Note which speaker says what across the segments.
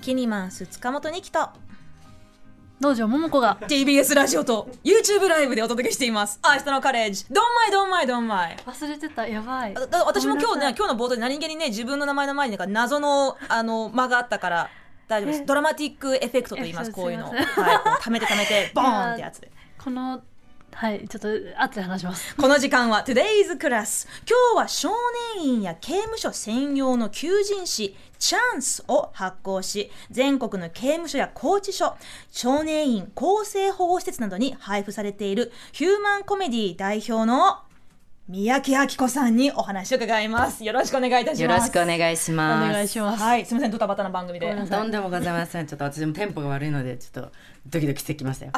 Speaker 1: キニマンス塚本二希と
Speaker 2: 道場桃子が
Speaker 1: TBS ラジオと YouTube ライブでお届けしています明日のカレッジドンマイドンマイドンマイ
Speaker 2: 忘れてたやばい
Speaker 1: あだ私も今日
Speaker 2: ごめんなさ
Speaker 1: ね
Speaker 2: い
Speaker 1: 今日の冒頭で何気にね自分の名前の前になんか謎のあの間があったから大丈夫です
Speaker 2: え
Speaker 1: ドラマティックエフェクトと言います
Speaker 2: え
Speaker 1: こういうの
Speaker 2: す
Speaker 1: はい
Speaker 2: ま
Speaker 1: い溜めて溜めてボーンってやつで
Speaker 2: このはいちょっと後で話し ます
Speaker 1: この時間は Today's クラス今日は少年院や刑務所専用の求人誌チャンスを発行し全国の刑務所や拘置所少年院更生保護施設などに配布されているヒューマンコメディ代表の三宅明子さんにお話を伺いますよろしくお願いいたし
Speaker 3: よ
Speaker 1: ま
Speaker 3: ろ
Speaker 1: す
Speaker 3: しくお願いし
Speaker 2: お
Speaker 3: ます。
Speaker 2: 願いします
Speaker 1: はい、すみません、ドタバタな番組で。
Speaker 2: ごめ んな
Speaker 1: で
Speaker 2: さ
Speaker 3: とんでもございません。ちょっと私もテンポが悪いので、ちょっとドキドキしてきましたよ。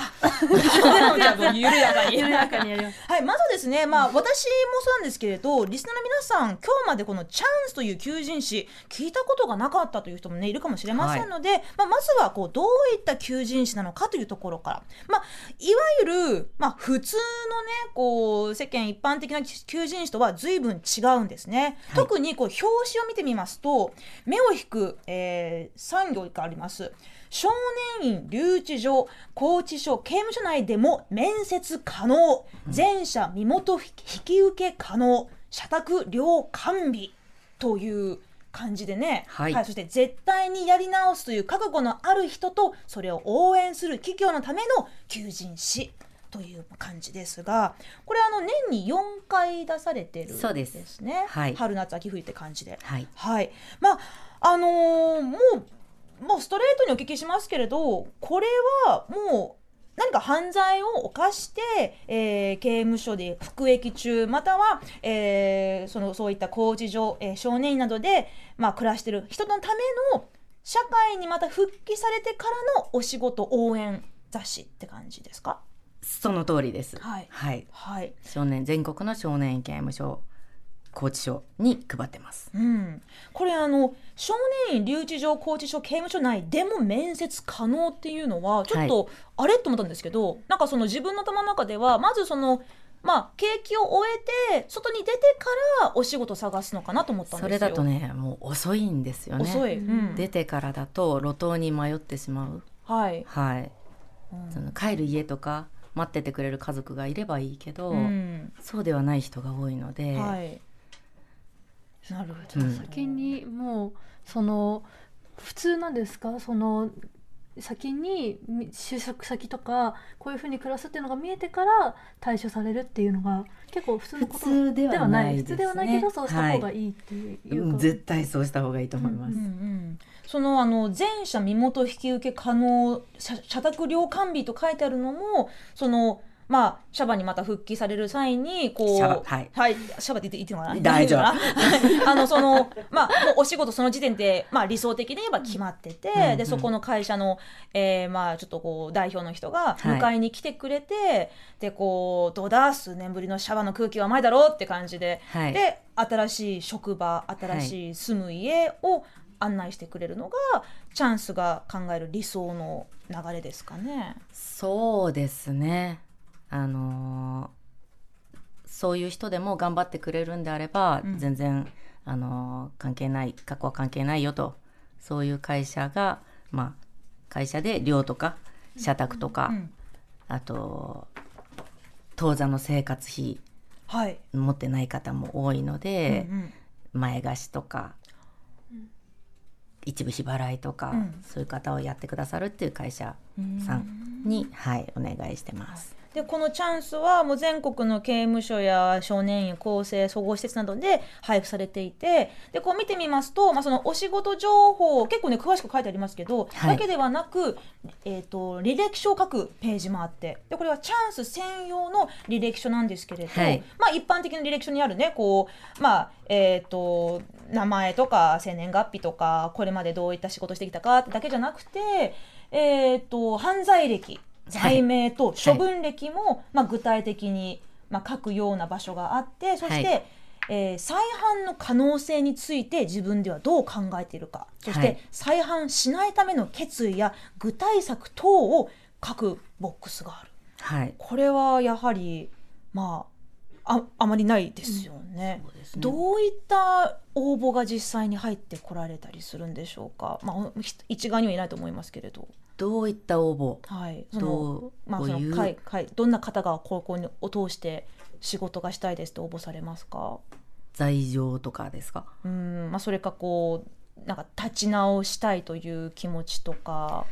Speaker 1: もじゃあもう緩や かに。
Speaker 2: 緩やかにやります
Speaker 1: はい、まずですね、まあ、私もそうなんですけれど、リスナーの皆さん、今日までこのチャンスという求人誌。聞いたことがなかったという人もね、いるかもしれませんので、まあ、まずはこう、どういった求人誌なのかというところから。まあ、いわゆる、まあ、普通のね、こう、世間一般的な求人誌とは随分違うんですね。特にこう、表紙を見てみますと、目を引く、えー、産業があります。少年院留置所拘置所刑務所内でも面接可能全社身元引き受け可能社宅寮完備という感じでね、
Speaker 3: はい
Speaker 1: そして絶対にやり直すという覚悟のある人とそれを応援する企業のための求人誌という感じですがこれあの年に4回出されてるん
Speaker 3: そう
Speaker 1: で
Speaker 3: です
Speaker 1: すね
Speaker 3: はい
Speaker 1: 春夏秋冬って感じで。
Speaker 3: はい。
Speaker 1: はい、まああのーもうもうストレートにお聞きしますけれどこれはもう何か犯罪を犯して、えー刑務所で服役中または、えーそのそういった工事所、えー少年院などで、まあ、暮らしてる人のための社会にまた復帰されてからのお仕事応援雑誌って感じですか
Speaker 3: その通りです。
Speaker 1: はい
Speaker 3: はい。
Speaker 1: はい、
Speaker 3: 少年、全国の少年刑務所、拘置所に配ってます。
Speaker 1: うん、これあの少年院留置所拘置所刑務所内でも面接可能っていうのはちょっと、あれと思ったんですけどなんかその自分の頭の中ではまずそのまあ景気を終えて外に出てからお仕事探すのかなと思ったん
Speaker 3: そ
Speaker 1: で
Speaker 3: れ
Speaker 1: すよ
Speaker 3: だとね、もう遅いんですよね。
Speaker 1: 遅い、うん、
Speaker 3: 出てからだと路頭に迷ってしまう。
Speaker 1: はい、
Speaker 3: はい。
Speaker 1: うん
Speaker 3: その帰る家とか、待っててくれる家族がいればいいけど、
Speaker 1: うん
Speaker 3: そうではない人が多いので、
Speaker 1: はいなるほ
Speaker 3: う
Speaker 1: ど、
Speaker 3: ん
Speaker 2: 先にもうその普通なんですかその先にみ就職先とかこういうふうに暮らすっていうのが見えてから対処されるっていうのが結構普通のこと
Speaker 3: 普通ではない
Speaker 2: 普通ではない
Speaker 3: で
Speaker 2: け
Speaker 3: すね
Speaker 2: どそうした方がいいっていう
Speaker 3: う
Speaker 2: か
Speaker 3: ん絶対そうした方がいいと思います。
Speaker 1: うんうんそのあの全社身元引き受け可能社社宅料完備と書いてあるのもそのまあシャバにまた復帰される際にこう
Speaker 3: シャバはい
Speaker 1: シャバって言って言ってもら
Speaker 3: 大丈夫
Speaker 1: あのそのまあもうお仕事その時点でまあ理想的に言えば決まってて、
Speaker 3: うんう
Speaker 1: で
Speaker 3: ん
Speaker 1: そこの会社の、えーまあちょっとこう代表の人が
Speaker 3: はい
Speaker 1: 迎えに来てくれて、でこうどうだ数年ぶりのシャバの空気は甘いだろうって感じで
Speaker 3: はい。
Speaker 1: で新しい職場新しい住む家を案内してくれるのが、チャンスが考える理想の流れですかね。
Speaker 3: そうですね。あのーそういう人でも頑張ってくれるんであれば、
Speaker 1: うん
Speaker 3: 全然あのー関係ない過去は関係ないよとそういう会社がまあ会社で寮とか社宅とか、
Speaker 1: うん
Speaker 3: あと当座の生活費
Speaker 1: はい、
Speaker 3: 持ってない方も多いので、
Speaker 1: うん
Speaker 3: 前貸しとか、
Speaker 2: うん
Speaker 3: 一部日払いとか、
Speaker 1: うん
Speaker 3: そういう方をやってくださるっていう会社
Speaker 1: うん
Speaker 3: さんに、はいお願いしてます。
Speaker 1: でこのチャンスはもう全国の刑務所や少年院更生総合施設などで配布されていてでこう見てみますと、まあ、そのお仕事情報結構ね詳しく書いてありますけど、
Speaker 3: は
Speaker 1: だ
Speaker 3: い
Speaker 1: けではなく、えー、と履歴書を書くページもあってでこれはチャンス専用の履歴書なんですけれど、
Speaker 3: はい
Speaker 1: まあ、一般的な履歴書にあるねこう、まあえー、と名前とか生年月日とかこれまでどういった仕事してきたかってだけじゃなくて、えー、と犯罪歴
Speaker 3: はい
Speaker 1: 罪名と処分歴も、まあ、具体的に、まあ、書くような場所があってそして、
Speaker 3: は
Speaker 1: えー再犯の可能性について自分ではどう考えているかそして、
Speaker 3: はい
Speaker 1: 再犯しないための決意や具体策等を書くボックスがある
Speaker 3: はい、
Speaker 1: これはやはりまあああまりないですよね。
Speaker 3: そうですね
Speaker 1: どういった応募が実際に入ってこられたりするんでしょうか、まあ、ひ一概にはいないと思いますけれど、
Speaker 3: どういった応募
Speaker 1: はい、その
Speaker 3: ど
Speaker 1: まあ、
Speaker 3: う
Speaker 1: そ
Speaker 3: いう、
Speaker 1: の会会どんな方が高校にを通して仕事がしたいですと応募されますか
Speaker 3: 罪状とかですか
Speaker 1: うん、まあ、それかこうなんか立ち直したいという気持ちとか、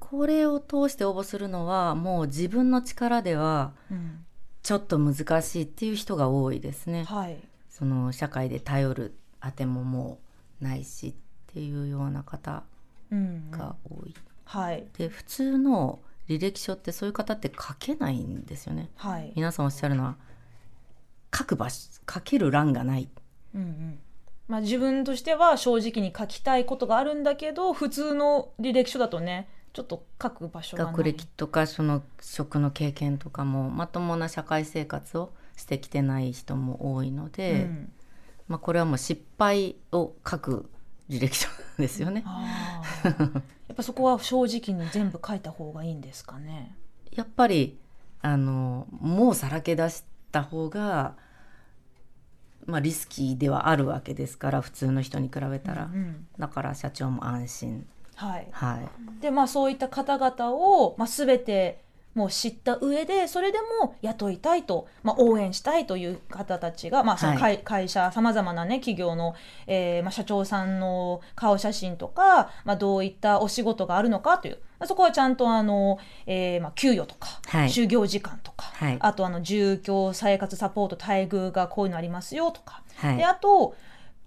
Speaker 3: これを通して応募するのはもう自分の力では
Speaker 1: うん、
Speaker 3: ちょっと難しいっていう人が多いですね。
Speaker 1: はい、
Speaker 3: その社会で頼るあてももうないしっていうような方
Speaker 1: うんうん、
Speaker 3: が多い。
Speaker 1: はい
Speaker 3: で普通の履歴書ってそういう方って書けないんですよね。
Speaker 1: はい、
Speaker 3: 皆さんおっしゃるのは書く場所書ける欄がない
Speaker 1: うんうんまあ、自分としては正直に書きたいことがあるんだけど普通の履歴書だとねちょっと書く場所がない
Speaker 3: 学歴とかその職の経験とかもまともな社会生活をしてきてない人も多いので、
Speaker 1: うん
Speaker 3: まあ、これはもう失敗を書く履歴書なんですよね。
Speaker 1: あーやっぱそこは正直に全部書いた方がいいんですかね。
Speaker 3: やっぱりあのもうさらけ出した方が、まあ、リスキーではあるわけですから普通の人に比べたら、
Speaker 1: うんうん
Speaker 3: だから社長も安心
Speaker 1: はい、
Speaker 3: はい
Speaker 1: でまあそういった方々を、まあ、全てもう知った上でそれでも雇いたいと、まあ、応援したいという方たちが、まあ、その会,、
Speaker 3: は
Speaker 1: 会社さまざまな、ね、企業の、えーまあ、社長さんの顔写真とか、まあ、どういったお仕事があるのかという、まあ、そこはちゃんとあの、えーまあ、給与とか、
Speaker 3: はい
Speaker 1: 就業時間とか、
Speaker 3: はい
Speaker 1: あとあの住居生活サポート待遇がこういうのありますよとか、
Speaker 3: は
Speaker 1: で
Speaker 3: い
Speaker 1: あと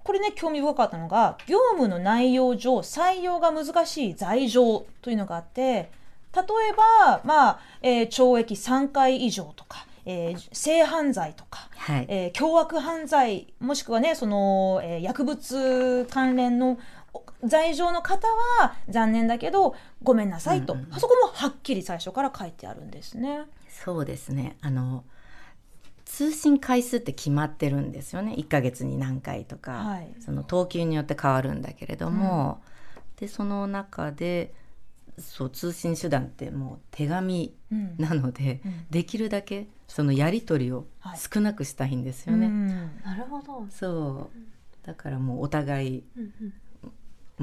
Speaker 1: これね興味深かったのが業務の内容上採用が難しい罪状というのがあって例えば、まあえー懲役3回以上とか、えー性犯罪とか、
Speaker 3: はい
Speaker 1: えー凶悪犯罪もしくはねその、えー薬物関連のお罪状の方は残念だけどごめんなさいと、
Speaker 3: うんうん
Speaker 1: そこもはっきり最初から書いてあるんですね。
Speaker 3: そうですねあの通信回数って決まってるんですよね1ヶ月に何回とか、
Speaker 1: はい
Speaker 3: その等級によって変わるんだけれども、でその中でそう通信手段ってもう手紙
Speaker 1: うん
Speaker 3: なので、
Speaker 1: うん
Speaker 3: できるだけそのやり取りを
Speaker 1: はい
Speaker 3: 少なくしたいんですよね。
Speaker 1: うん
Speaker 2: なるほど。
Speaker 3: そうだからもうお互い
Speaker 2: うんうん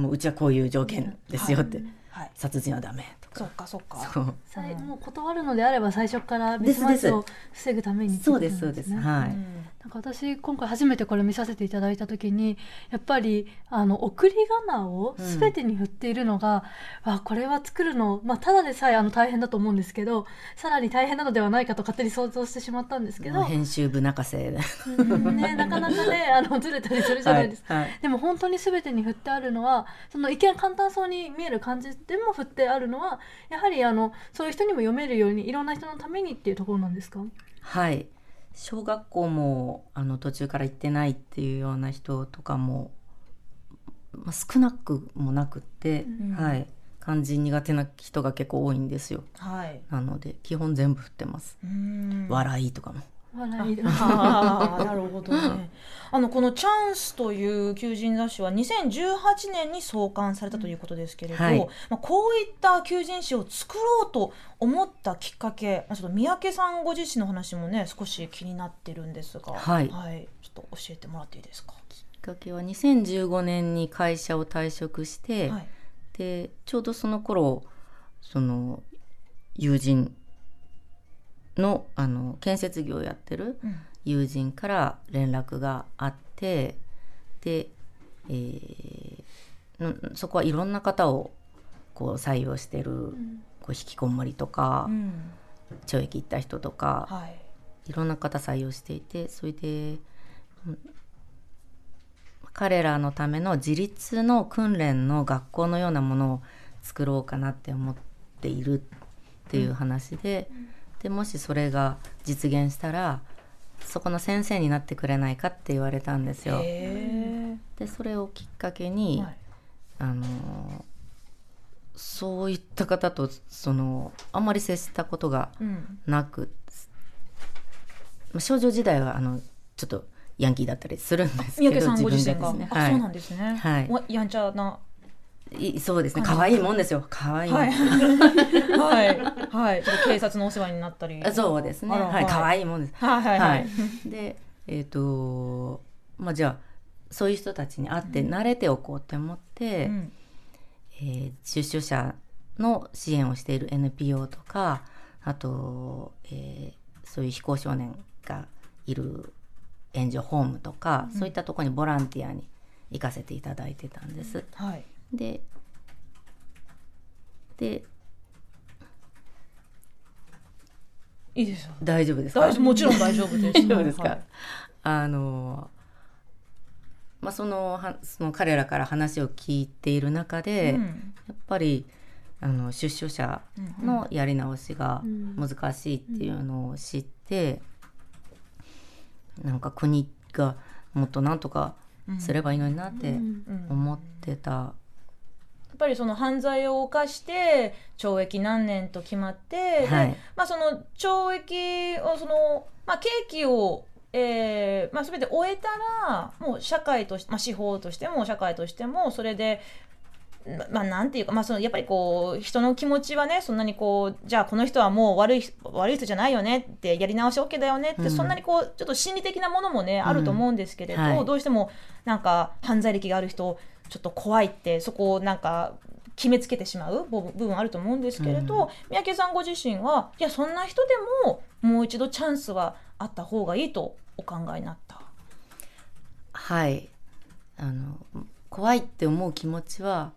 Speaker 3: もううちはこういう条件ですよって、
Speaker 1: はい、
Speaker 3: 殺人はダメと
Speaker 1: そ
Speaker 3: か
Speaker 1: っかそっか。
Speaker 3: そう
Speaker 2: さい
Speaker 1: うん
Speaker 2: もう断るのであれば最初からミスマッチを防ぐためにって
Speaker 3: そ
Speaker 2: こ
Speaker 3: う
Speaker 2: とな
Speaker 3: で
Speaker 2: ん
Speaker 3: すそうです、
Speaker 2: ね
Speaker 3: はい、
Speaker 1: うん
Speaker 2: なんか私今回初めてこれ見させていただいた時にやっぱりあの送り仮名を全てに振っているのが、わあこれは作るの、まあ、ただでさえあの大変だと思うんですけどさらに大変なのではないかと勝手に想像してしまったんですけ
Speaker 3: もう
Speaker 2: ど、
Speaker 3: 編集部泣かせで
Speaker 2: うんね、なかなかねあのずれたりするじゃないですか。
Speaker 3: はいはい
Speaker 2: でも本当に全てに振ってあるのはその一見簡単そうに見える感じでも振ってあるのはやはりあのそういう人にも読めるようにいろんな人のためにっていうところなんですか
Speaker 3: はい小学校もあの途中から行ってないっていうような人とかも、まあ、少なくもなくって、
Speaker 2: うん
Speaker 3: はい漢字苦手な人が結構多いんですよ
Speaker 1: はい。
Speaker 3: なので基本全部振ってます、
Speaker 1: うん
Speaker 3: 笑いとかも
Speaker 2: 笑い
Speaker 1: あーなるほどね。あのこの「チャンス」という求人雑誌は2018年に創刊されたということですけれど、
Speaker 3: はい
Speaker 1: まあ、こういった求人誌を作ろうと思ったきっかけ、まあ、ちょっと三宅さんご自身の話もね少し気になってるんですが、
Speaker 3: はい
Speaker 1: ちょっと教えてもらっていいですか。
Speaker 3: きっかけは2015年に会社を退職して、
Speaker 1: はい
Speaker 3: でちょうどその頃その友人のあの建設業をやってる
Speaker 1: うん
Speaker 3: 友人から連絡があってで、えーのそこはいろんな方をこう採用してる、
Speaker 2: うん
Speaker 3: こう引きこもりとか、
Speaker 1: うん
Speaker 3: 懲役行った人とか、
Speaker 1: はい
Speaker 3: いろんな方採用していてそれでうん彼らのための自立の訓練の学校のようなものを作ろうかなって思っているっていう話で,、でもしそれが実現したらそこの先生になってくれないかって言われたんですよ。
Speaker 1: へ
Speaker 3: でそれをきっかけ
Speaker 1: ー
Speaker 3: に、
Speaker 1: はい
Speaker 3: あのそういった方とそのあんまり接したことが
Speaker 1: うん
Speaker 3: なくまあ少女時代はあのちょっとヤンキーだったりするんです
Speaker 1: 三
Speaker 3: け
Speaker 1: 宅
Speaker 3: ど
Speaker 1: さんご自身
Speaker 3: で
Speaker 1: が、
Speaker 3: ですね
Speaker 1: あ
Speaker 3: は
Speaker 1: そうないんですね、
Speaker 3: はい
Speaker 1: おやんちゃな
Speaker 3: いそうですね可愛いもんですよ可愛いもん、
Speaker 1: はい。はい。はい。ちょっと警察のお世話になったり。
Speaker 3: あそうですね
Speaker 1: あら
Speaker 3: はい
Speaker 1: はい
Speaker 3: 可愛いもんです
Speaker 1: はいはいは
Speaker 3: はいい。、でえっ、とまあじゃあそういう人たちに会って慣れておこうって思って、
Speaker 1: うん
Speaker 3: えー出所者の支援をしている NPO とかあと、えーそういう非行少年がいる援助ホームとか、そういったところにボランティアに行かせていただいてたんです。
Speaker 1: はい。
Speaker 3: でで
Speaker 1: いいですよ。
Speaker 3: 大丈夫ですか
Speaker 1: 大丈夫、もちろん大丈夫です。
Speaker 3: 大丈夫です
Speaker 1: は
Speaker 3: か
Speaker 1: い。
Speaker 3: あのまあそのはその彼らから話を聞いている中で、
Speaker 1: う
Speaker 3: や
Speaker 1: ん
Speaker 3: っぱりあの出所者のやり直しが
Speaker 2: うん
Speaker 3: 難しいっていうのを知って、なんか国がもっとなんとかすればいいのになって
Speaker 2: うん
Speaker 1: うん
Speaker 3: 思ってた、
Speaker 1: やっぱりその犯罪を犯して懲役何年と決まって、で
Speaker 3: はい
Speaker 1: まあ、その懲役をその、まあ、刑期を、えーまあ、全て終えたらもう社会として、まあ、司法としても社会としてもそれで。ままあ、なんていうか、まあ、そのやっぱりこう人の気持ちはねそんなにこうじゃあこの人はもう悪い悪い人じゃないよねってやり直し OK だよねって、
Speaker 3: うん
Speaker 1: そんなにこうちょっと心理的なものもね、あると思うんですけれど、
Speaker 3: はい
Speaker 1: どうしてもなんか犯罪歴がある人ちょっと怖いってそこをなんか決めつけてしまう部部分あると思うんですけれど、三宅さんご自身はいやそんな人でももう一度チャンスはあった方がいいとお考えになった。
Speaker 3: はいあの怖いって思う気持ちは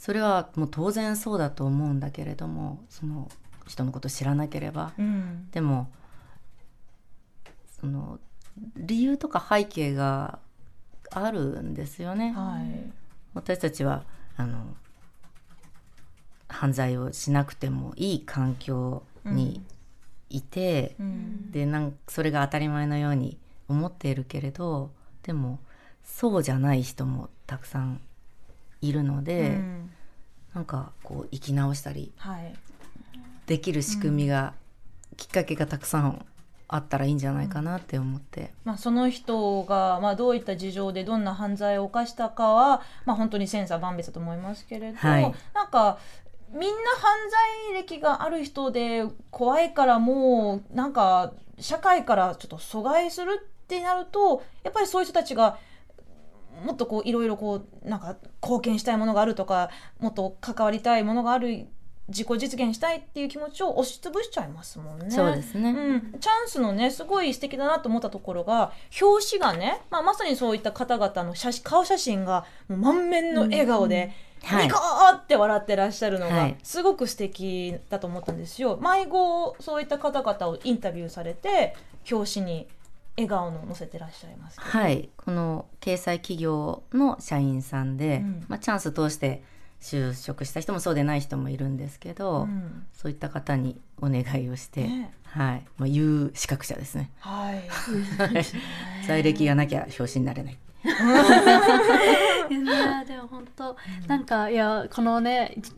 Speaker 3: それはもう当然そうだと思うんだけれどもその人のこと知らなければ
Speaker 1: うん
Speaker 3: でもその理由とか背景があるんですよね。
Speaker 1: はい
Speaker 3: 私たちはあの犯罪をしなくてもいい環境にいて、
Speaker 1: うん
Speaker 3: でなんそれが当たり前のように思っているけれどでもそうじゃない人もたくさんいるので、
Speaker 1: うん
Speaker 3: なんかこう生き直したり
Speaker 1: はい
Speaker 3: できる仕組みが、きっかけがたくさんあったらいいんじゃないかなって思って、
Speaker 1: まあ、その人が、まあ、どういった事情でどんな犯罪を犯したかは、まあ、本当に千差万別だと思いますけれど、
Speaker 3: はい
Speaker 1: なんかみんな犯罪歴がある人で怖いからもうなんか社会からちょっと阻害するってなるとやっぱりそういう人たちがもっとこういろいろこうなんか貢献したいものがあるとかもっと関わりたいものがある自己実現したいっていう気持ちを押しつぶしちゃいますもんね。
Speaker 3: そうですね。
Speaker 1: うん、チャンスのねすごい素敵だなと思ったところが表紙がね、まあ、まさにそういった方々の写真顔写真がもう満面の笑顔で、
Speaker 3: はい
Speaker 1: ニコーって笑ってらっしゃるの
Speaker 3: は
Speaker 1: が
Speaker 3: い
Speaker 1: すごく素敵だと思ったんですよ。毎号そういった方々をインタビューされて表紙に笑顔の載せてらっしゃいますけど。
Speaker 3: はい、この掲載企業の社員さんで、
Speaker 1: うん
Speaker 3: まあ、チャンス通して就職した人もそうでない人もいるんですけど、
Speaker 1: うん
Speaker 3: そういった方にお願いをして、
Speaker 1: ね
Speaker 3: はいまあ、有資格者ですね
Speaker 1: はい、
Speaker 3: 財歴がなきゃ表紙になれない、
Speaker 2: いやでも本当なんかいやこのねじ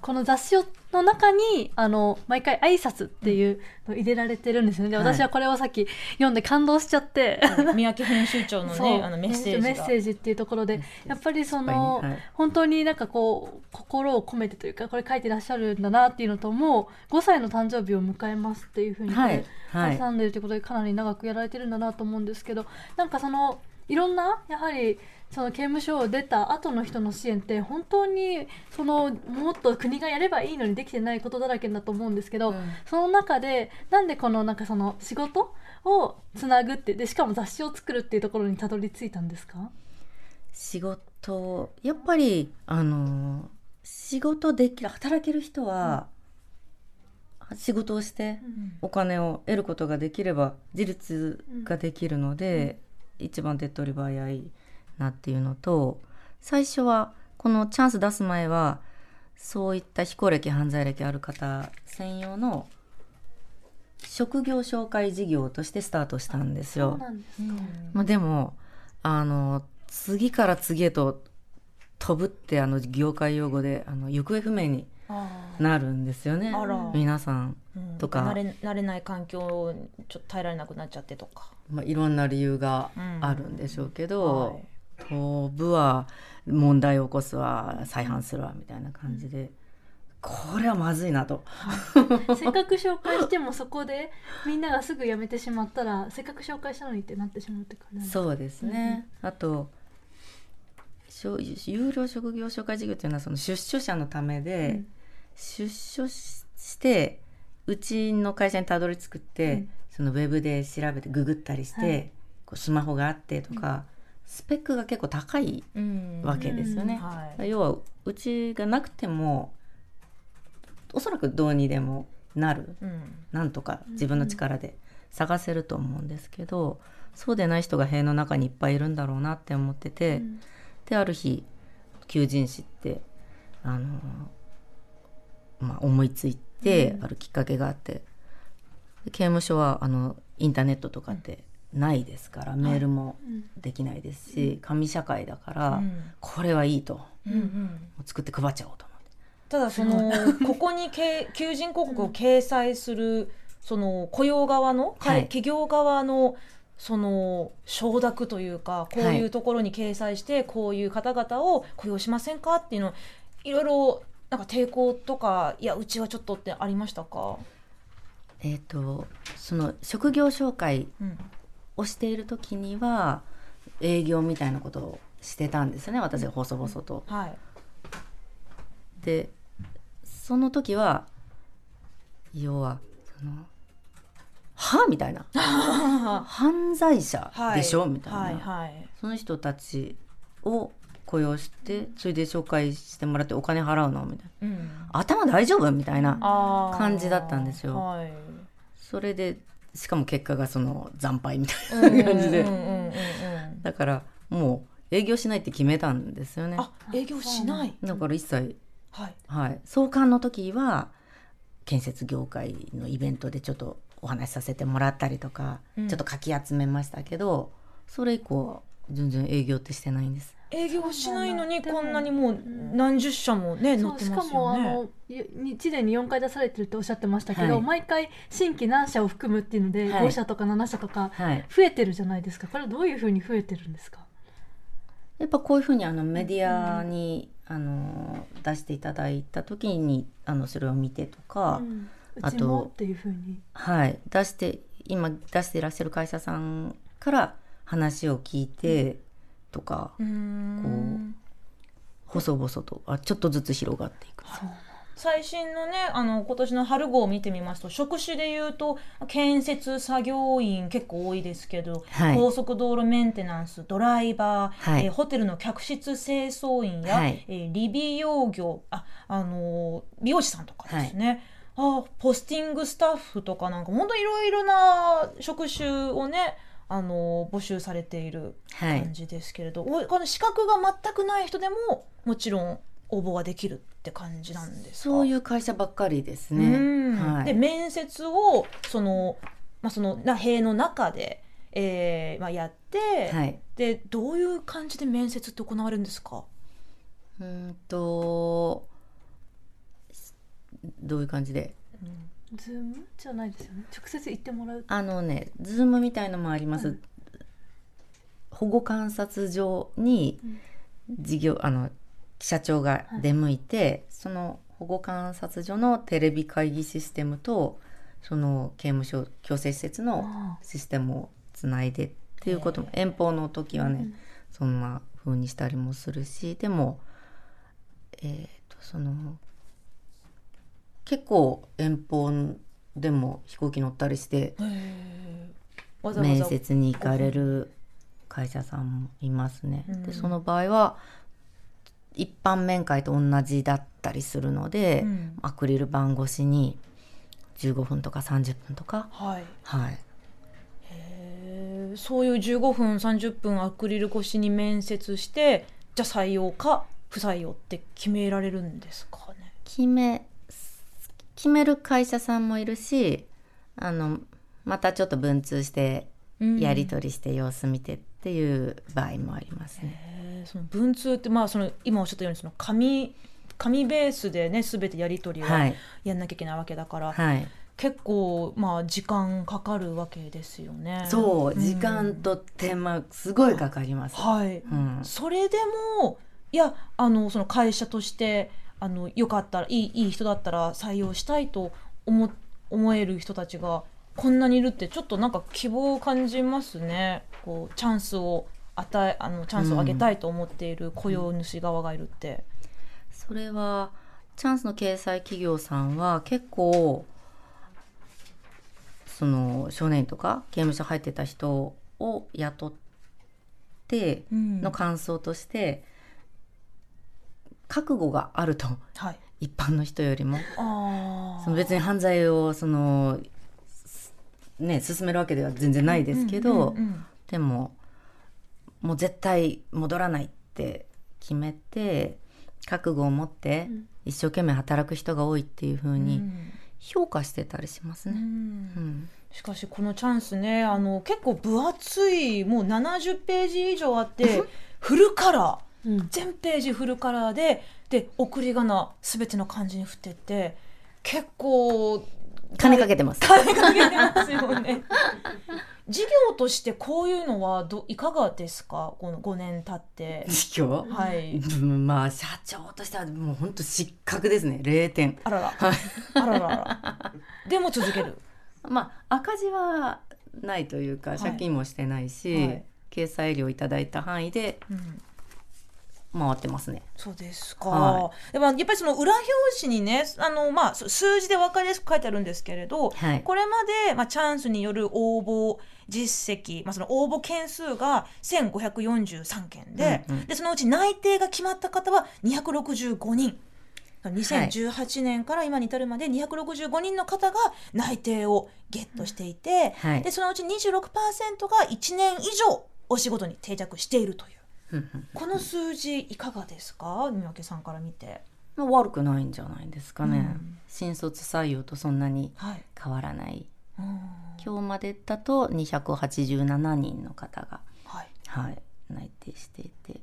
Speaker 2: この雑誌の中にあの毎回挨拶っていうの入れられてるんですよねで
Speaker 3: はい
Speaker 2: 私はこれをさっき読んで感動しちゃって、
Speaker 1: 三宅編集長の
Speaker 2: そう
Speaker 1: ねあのメッセージが
Speaker 2: メッセージっていうところでやっぱりその、
Speaker 3: はいはい
Speaker 2: 本当になんかこう心を込めてというかこれ書いてらっしゃるんだなっていうのともう5歳の誕生日を迎えますっていうふうに、
Speaker 3: はいはい
Speaker 2: 挟んでるということでかなり長くやられてるんだなと思うんですけどなんかそのいろんなやはりその刑務所を出た後の人の支援って本当にそのもっと国がやればいいのにできてないことだらけだと思うんですけど、その中でなんでこのなんかその仕事をつなぐってでしかも雑誌を作るっていうところにたどり着いたんですか、
Speaker 3: 仕事やっぱりあの仕事できる働ける人は、仕事をして、お金を得ることができれば自立ができるので、一番手っ取り早いなっていうのと最初はこのチャンス出す前はそういった非行歴犯罪歴ある方専用の職業紹介事業としてスタートしたんです
Speaker 2: そう
Speaker 3: よ。
Speaker 2: なんで
Speaker 1: う
Speaker 2: す
Speaker 1: ん
Speaker 3: まあ、でもあの次から次へと飛ぶってあの業界用語であの行方不明に
Speaker 1: あー
Speaker 3: なるんですよね
Speaker 1: あら
Speaker 3: 皆さん
Speaker 1: うん
Speaker 3: とか
Speaker 1: 慣れ慣れない環境にちょっと耐えられなくなっちゃってとか。
Speaker 3: まあ、いろんな理由が
Speaker 1: うん
Speaker 3: あるんでしょうけ
Speaker 1: は
Speaker 3: ど
Speaker 1: い、
Speaker 3: 飛ぶは問題を起こすわ再犯するわみたいな感じで、これはまずいなと
Speaker 2: せっかく紹介してもそこでみんながすぐ辞めてしまったらせっかく紹介したのにってなってしまうって感じう
Speaker 3: そうですね、あとしょ有料職業紹介事業というのはその出所者のためで、
Speaker 2: うん
Speaker 3: 出所ししてうちの会社にたどり着くって、
Speaker 2: うん
Speaker 3: そのウェブで調べてググったりして、
Speaker 2: はい
Speaker 3: こうスマホがあってとか、スペックが結構高い
Speaker 1: うん
Speaker 3: わけですよね。
Speaker 1: はい
Speaker 3: 要はうちがなくてもおそらくどうにでもなる
Speaker 1: うん
Speaker 3: なんとか自分の力で探せると思うんですけど、そうでない人が塀の中にいっぱいいるんだろうなって思ってて、
Speaker 2: ん
Speaker 3: である日求人誌ってあの、まあ、思いついて、
Speaker 2: うん
Speaker 3: あるきっかけがあってで刑務所はあのインターネットとかってないですから、メールも
Speaker 2: うん
Speaker 3: できないですし、紙社会だから、
Speaker 1: うん
Speaker 3: これはいいとも
Speaker 1: うんうん
Speaker 3: う作って配っちゃおうと思って。
Speaker 1: ただそのここにけ求人広告を掲載するその雇用側の、かい
Speaker 3: はい
Speaker 1: 企業側のその承諾というかこう
Speaker 3: はいいう
Speaker 1: ところに掲載してこういう方々を雇用しませんかっていうのいろいろなんか抵抗とかいやうちはちょっとってありましたか、
Speaker 3: えー、とその職業紹介
Speaker 1: うん
Speaker 3: をしている時には営業みたいなことをしてたんですよね私が細々と。
Speaker 1: はい
Speaker 3: でその時は要はその「は?」み たいな「犯罪者でしょ」みたいな、
Speaker 1: はいはい
Speaker 3: その人たちを雇用してそれで紹介してもらってお金払うのみたいな
Speaker 1: うん、
Speaker 3: 「頭大丈夫?」みたいな
Speaker 1: あー
Speaker 3: 感じだったんですよ
Speaker 1: はい、
Speaker 3: それでしかも結果がその惨敗みた
Speaker 1: う
Speaker 3: い
Speaker 1: ん
Speaker 3: な感じで。
Speaker 1: うんうんうんうん
Speaker 3: だからもう営業しないって決めたんですよね
Speaker 1: あ営業しない、
Speaker 3: だから一切、
Speaker 1: はい
Speaker 3: はい、創刊の時は建設業界のイベントでちょっとお話しさせてもらったりとか、
Speaker 1: うん
Speaker 3: ちょっとかき集めましたけどそれ以降は全然営業ってしてないんです
Speaker 1: 営業しないのに
Speaker 2: そうな
Speaker 1: こ
Speaker 2: んだ
Speaker 1: んなにもうん何十社もね載
Speaker 2: そ
Speaker 1: っ
Speaker 2: う
Speaker 1: て
Speaker 2: し
Speaker 1: ま
Speaker 2: か
Speaker 1: す
Speaker 2: も
Speaker 1: よ
Speaker 2: あ
Speaker 1: ね。
Speaker 2: の1年に4回出されてるっておっしゃってましたけど、
Speaker 3: はい
Speaker 2: 毎回新規何社を含むっていうので、
Speaker 3: はい
Speaker 2: 5社とか7社とか
Speaker 3: はい
Speaker 2: 増えてるじゃないですかこれはどういうふうに増えてるんですか
Speaker 3: やっぱこういうふうにあのメディアに、あの出していただいた時にあのそれを見てとか、
Speaker 2: うんう
Speaker 3: あ
Speaker 2: ち
Speaker 3: と
Speaker 2: もっていうふうに
Speaker 3: はい、出して今出していらっしゃる会社さんから話を聞いてとか、
Speaker 1: うーん
Speaker 3: 細々とあちょっとずつ広がっていく。
Speaker 1: 最新のねあの今年の春号を見てみますと職種でいうと建設作業員結構多いですけど、
Speaker 3: はい
Speaker 1: 高速道路メンテナンスドライバー、
Speaker 3: はい
Speaker 1: えーホテルの客室清掃員や、
Speaker 3: はい
Speaker 1: えー理美容業あ、あのー美容師さんとかですね、あポスティングスタッフとかなんか本当いろいろな職種をね、あのー募集されている
Speaker 3: は
Speaker 1: 感
Speaker 3: い、
Speaker 1: じですけれど、おこの資格が全くない人でももちろん応募ができるって感じなんですか
Speaker 3: そういう会社ばっかりです
Speaker 1: うん
Speaker 3: ね。は
Speaker 1: で
Speaker 3: い、
Speaker 1: 面接をその,、まあ、そのな塀の中で、えーまあ、やって、
Speaker 3: はい、
Speaker 1: でどういう感じで面接って行われるんですか
Speaker 3: うーんとどういう感じで
Speaker 2: ズームじゃないですよね直接行ってもらう
Speaker 3: あのねズームみたいのもあります、
Speaker 2: うん
Speaker 3: 保護観察所に事業あの社長が出向いて、その保護観察所のテレビ会議システムとその刑務所矯正施設の
Speaker 2: ああ
Speaker 3: システムをつないでっていうことも遠方の時はね、
Speaker 2: うん
Speaker 3: そんな風にしたりもするしでもえー、とその結構遠方でも飛行機乗ったりして
Speaker 1: わざわ
Speaker 3: 面
Speaker 1: ざ
Speaker 3: 接に行かれる会社さんもいますね。
Speaker 1: うん
Speaker 3: でその場合は一般面会と同じだったりするので、
Speaker 1: うん
Speaker 3: アクリル板越しに15分とか30分とか、
Speaker 1: はい
Speaker 3: はい、
Speaker 1: へーそういう15分30分アクリル越しに面接してじゃあ採用か不採用って決められるんですかね
Speaker 3: 決め決める会社さんもいるしあのまたちょっと文通して
Speaker 1: うん
Speaker 3: やり取りして様子見てっていう場合もありますね。
Speaker 1: へーその文通って、まあ、その今おっしゃったようにその紙紙ベースでね全てやり取りを
Speaker 3: はい、
Speaker 1: やんなきゃいけないわけだから、
Speaker 3: はい、
Speaker 1: 結構、まあ、時間かかるわけですよね。
Speaker 3: そう、
Speaker 1: ん
Speaker 3: 時間と手間すごいかかります。
Speaker 1: はい、
Speaker 3: うん、
Speaker 1: それでもいやあのその会社としてあのよかったらいいいい人だったら採用したいと思思える人たちがこんなにいるってちょっとなんか希望を感じますねこうチャンスを与えあのチャンスをあげたいと思っている雇用主側がいるって。
Speaker 3: それはチャンスの掲載企業さんは結構その少年院とか刑務所入ってた人を雇って
Speaker 1: うん
Speaker 3: の感想として、覚悟があると
Speaker 1: はい、
Speaker 3: 一般の人よりも
Speaker 1: あ
Speaker 3: その別
Speaker 1: に
Speaker 3: に犯罪をそのすね進めるわけでは全然ないですけど、でももう絶対戻らないって決めて覚悟を持って
Speaker 2: うん
Speaker 3: 一生懸命働く人が多いっていう風に評価してたりしますね。うん
Speaker 1: しかしこのチャンスねあの結構分厚いもう70ページ以上あって フルカラー
Speaker 2: うん
Speaker 1: 全ページフルカラーでで送り仮名すべての漢字に振ってって結構
Speaker 3: 金かけてます。
Speaker 1: 金かけてますよね。事業としてこういうのはどいかがですかこの5年経って。
Speaker 3: 実況
Speaker 1: はい、
Speaker 3: うんまあ社長としてはもう本当失格ですね0点。
Speaker 1: あらら
Speaker 3: はい
Speaker 1: あらららでも続ける。
Speaker 3: まあ赤字はないというか
Speaker 1: い
Speaker 3: 借金もしてないし、
Speaker 1: はい
Speaker 3: 掲載料いただいた範囲で
Speaker 1: うん
Speaker 3: 回ってますね。
Speaker 1: そうですか、
Speaker 3: は
Speaker 1: でもやっぱりその裏表紙にねあの、まあ、そ数字で分かりやすく書いてあるんですけれど
Speaker 3: はい。
Speaker 1: これまで、まあ、チャンスによる応募実績、まあ、その応募件数が1543件で,、
Speaker 3: うんうん
Speaker 1: でそのうち内定が決まった方は265人。2018年から今に至るまで265人の方が内定をゲットしていて、
Speaker 3: はい
Speaker 1: で。そのうち26%が1年以上お仕事に定着しているという。
Speaker 3: うんうん
Speaker 1: この数字いかがですか三宅さんから見て。
Speaker 3: まあ悪くないんじゃないですかね。
Speaker 1: うん
Speaker 3: 新卒採用とそんなに
Speaker 1: はい。
Speaker 3: 変わらない
Speaker 1: うん
Speaker 3: 今日までだと287人の方が、
Speaker 1: はい。
Speaker 3: はい、内定していて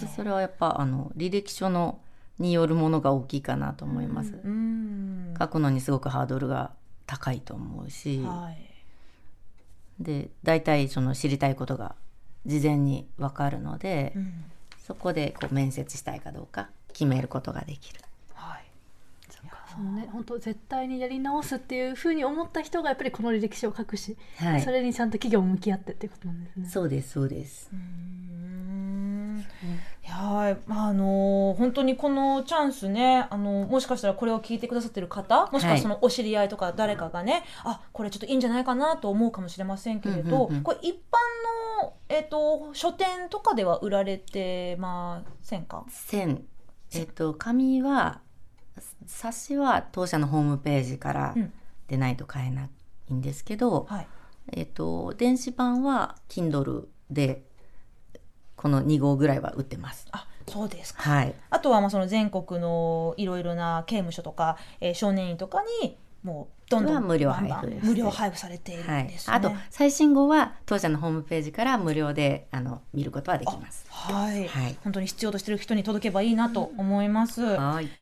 Speaker 3: でそれはやっぱあの履歴書のによるものが大きいかなと思います、
Speaker 1: うん。
Speaker 3: 書くのにすごくハードルが高いと思うし、
Speaker 1: はい。
Speaker 3: で大体その知りたいことが事前に分かるので、
Speaker 1: うん。
Speaker 3: そこでこう面接したいかどうか決めることができる。
Speaker 1: はい。いや
Speaker 2: そのね本当絶対にやり直すっていうふうに思った人がやっぱりこの履歴書を書くし、
Speaker 3: はい、
Speaker 2: そ
Speaker 3: そ
Speaker 2: れにちゃんと企業も向き合ってっていうことなんですね。
Speaker 3: うですそうです
Speaker 1: う。ん。いやーまああのー本当にこのチャンスね、あのーもしかしたらこれを聞いてくださってる方もしくはそのお知り合いとか誰かがね、あこれちょっといいんじゃないかなと思うかもしれませんけれど、
Speaker 3: うんうんうん
Speaker 1: これ一般の、えっと書店とかでは売られてませんか
Speaker 3: 線えっと紙は冊子は当社のホームページから
Speaker 1: うん
Speaker 3: でないと買えないんですけど、
Speaker 1: はい
Speaker 3: えっと電子版は Kindle でこの2号ぐらいは売ってます。
Speaker 1: あそうですか
Speaker 3: はい、
Speaker 1: あとはまあその全国のいろいろな刑務所とか、えー少年院とかにもうどんど
Speaker 3: は
Speaker 1: ん
Speaker 3: 無料配布
Speaker 1: バンバン
Speaker 3: ですね
Speaker 1: 無料配布されている
Speaker 3: は
Speaker 1: ん
Speaker 3: い
Speaker 1: ですね。
Speaker 3: あと最新号は当社のホームページから無料であの見ることはできます。
Speaker 1: はい、
Speaker 3: はい
Speaker 1: 本当に必要としてる人に届けばいいなと思います。
Speaker 3: はい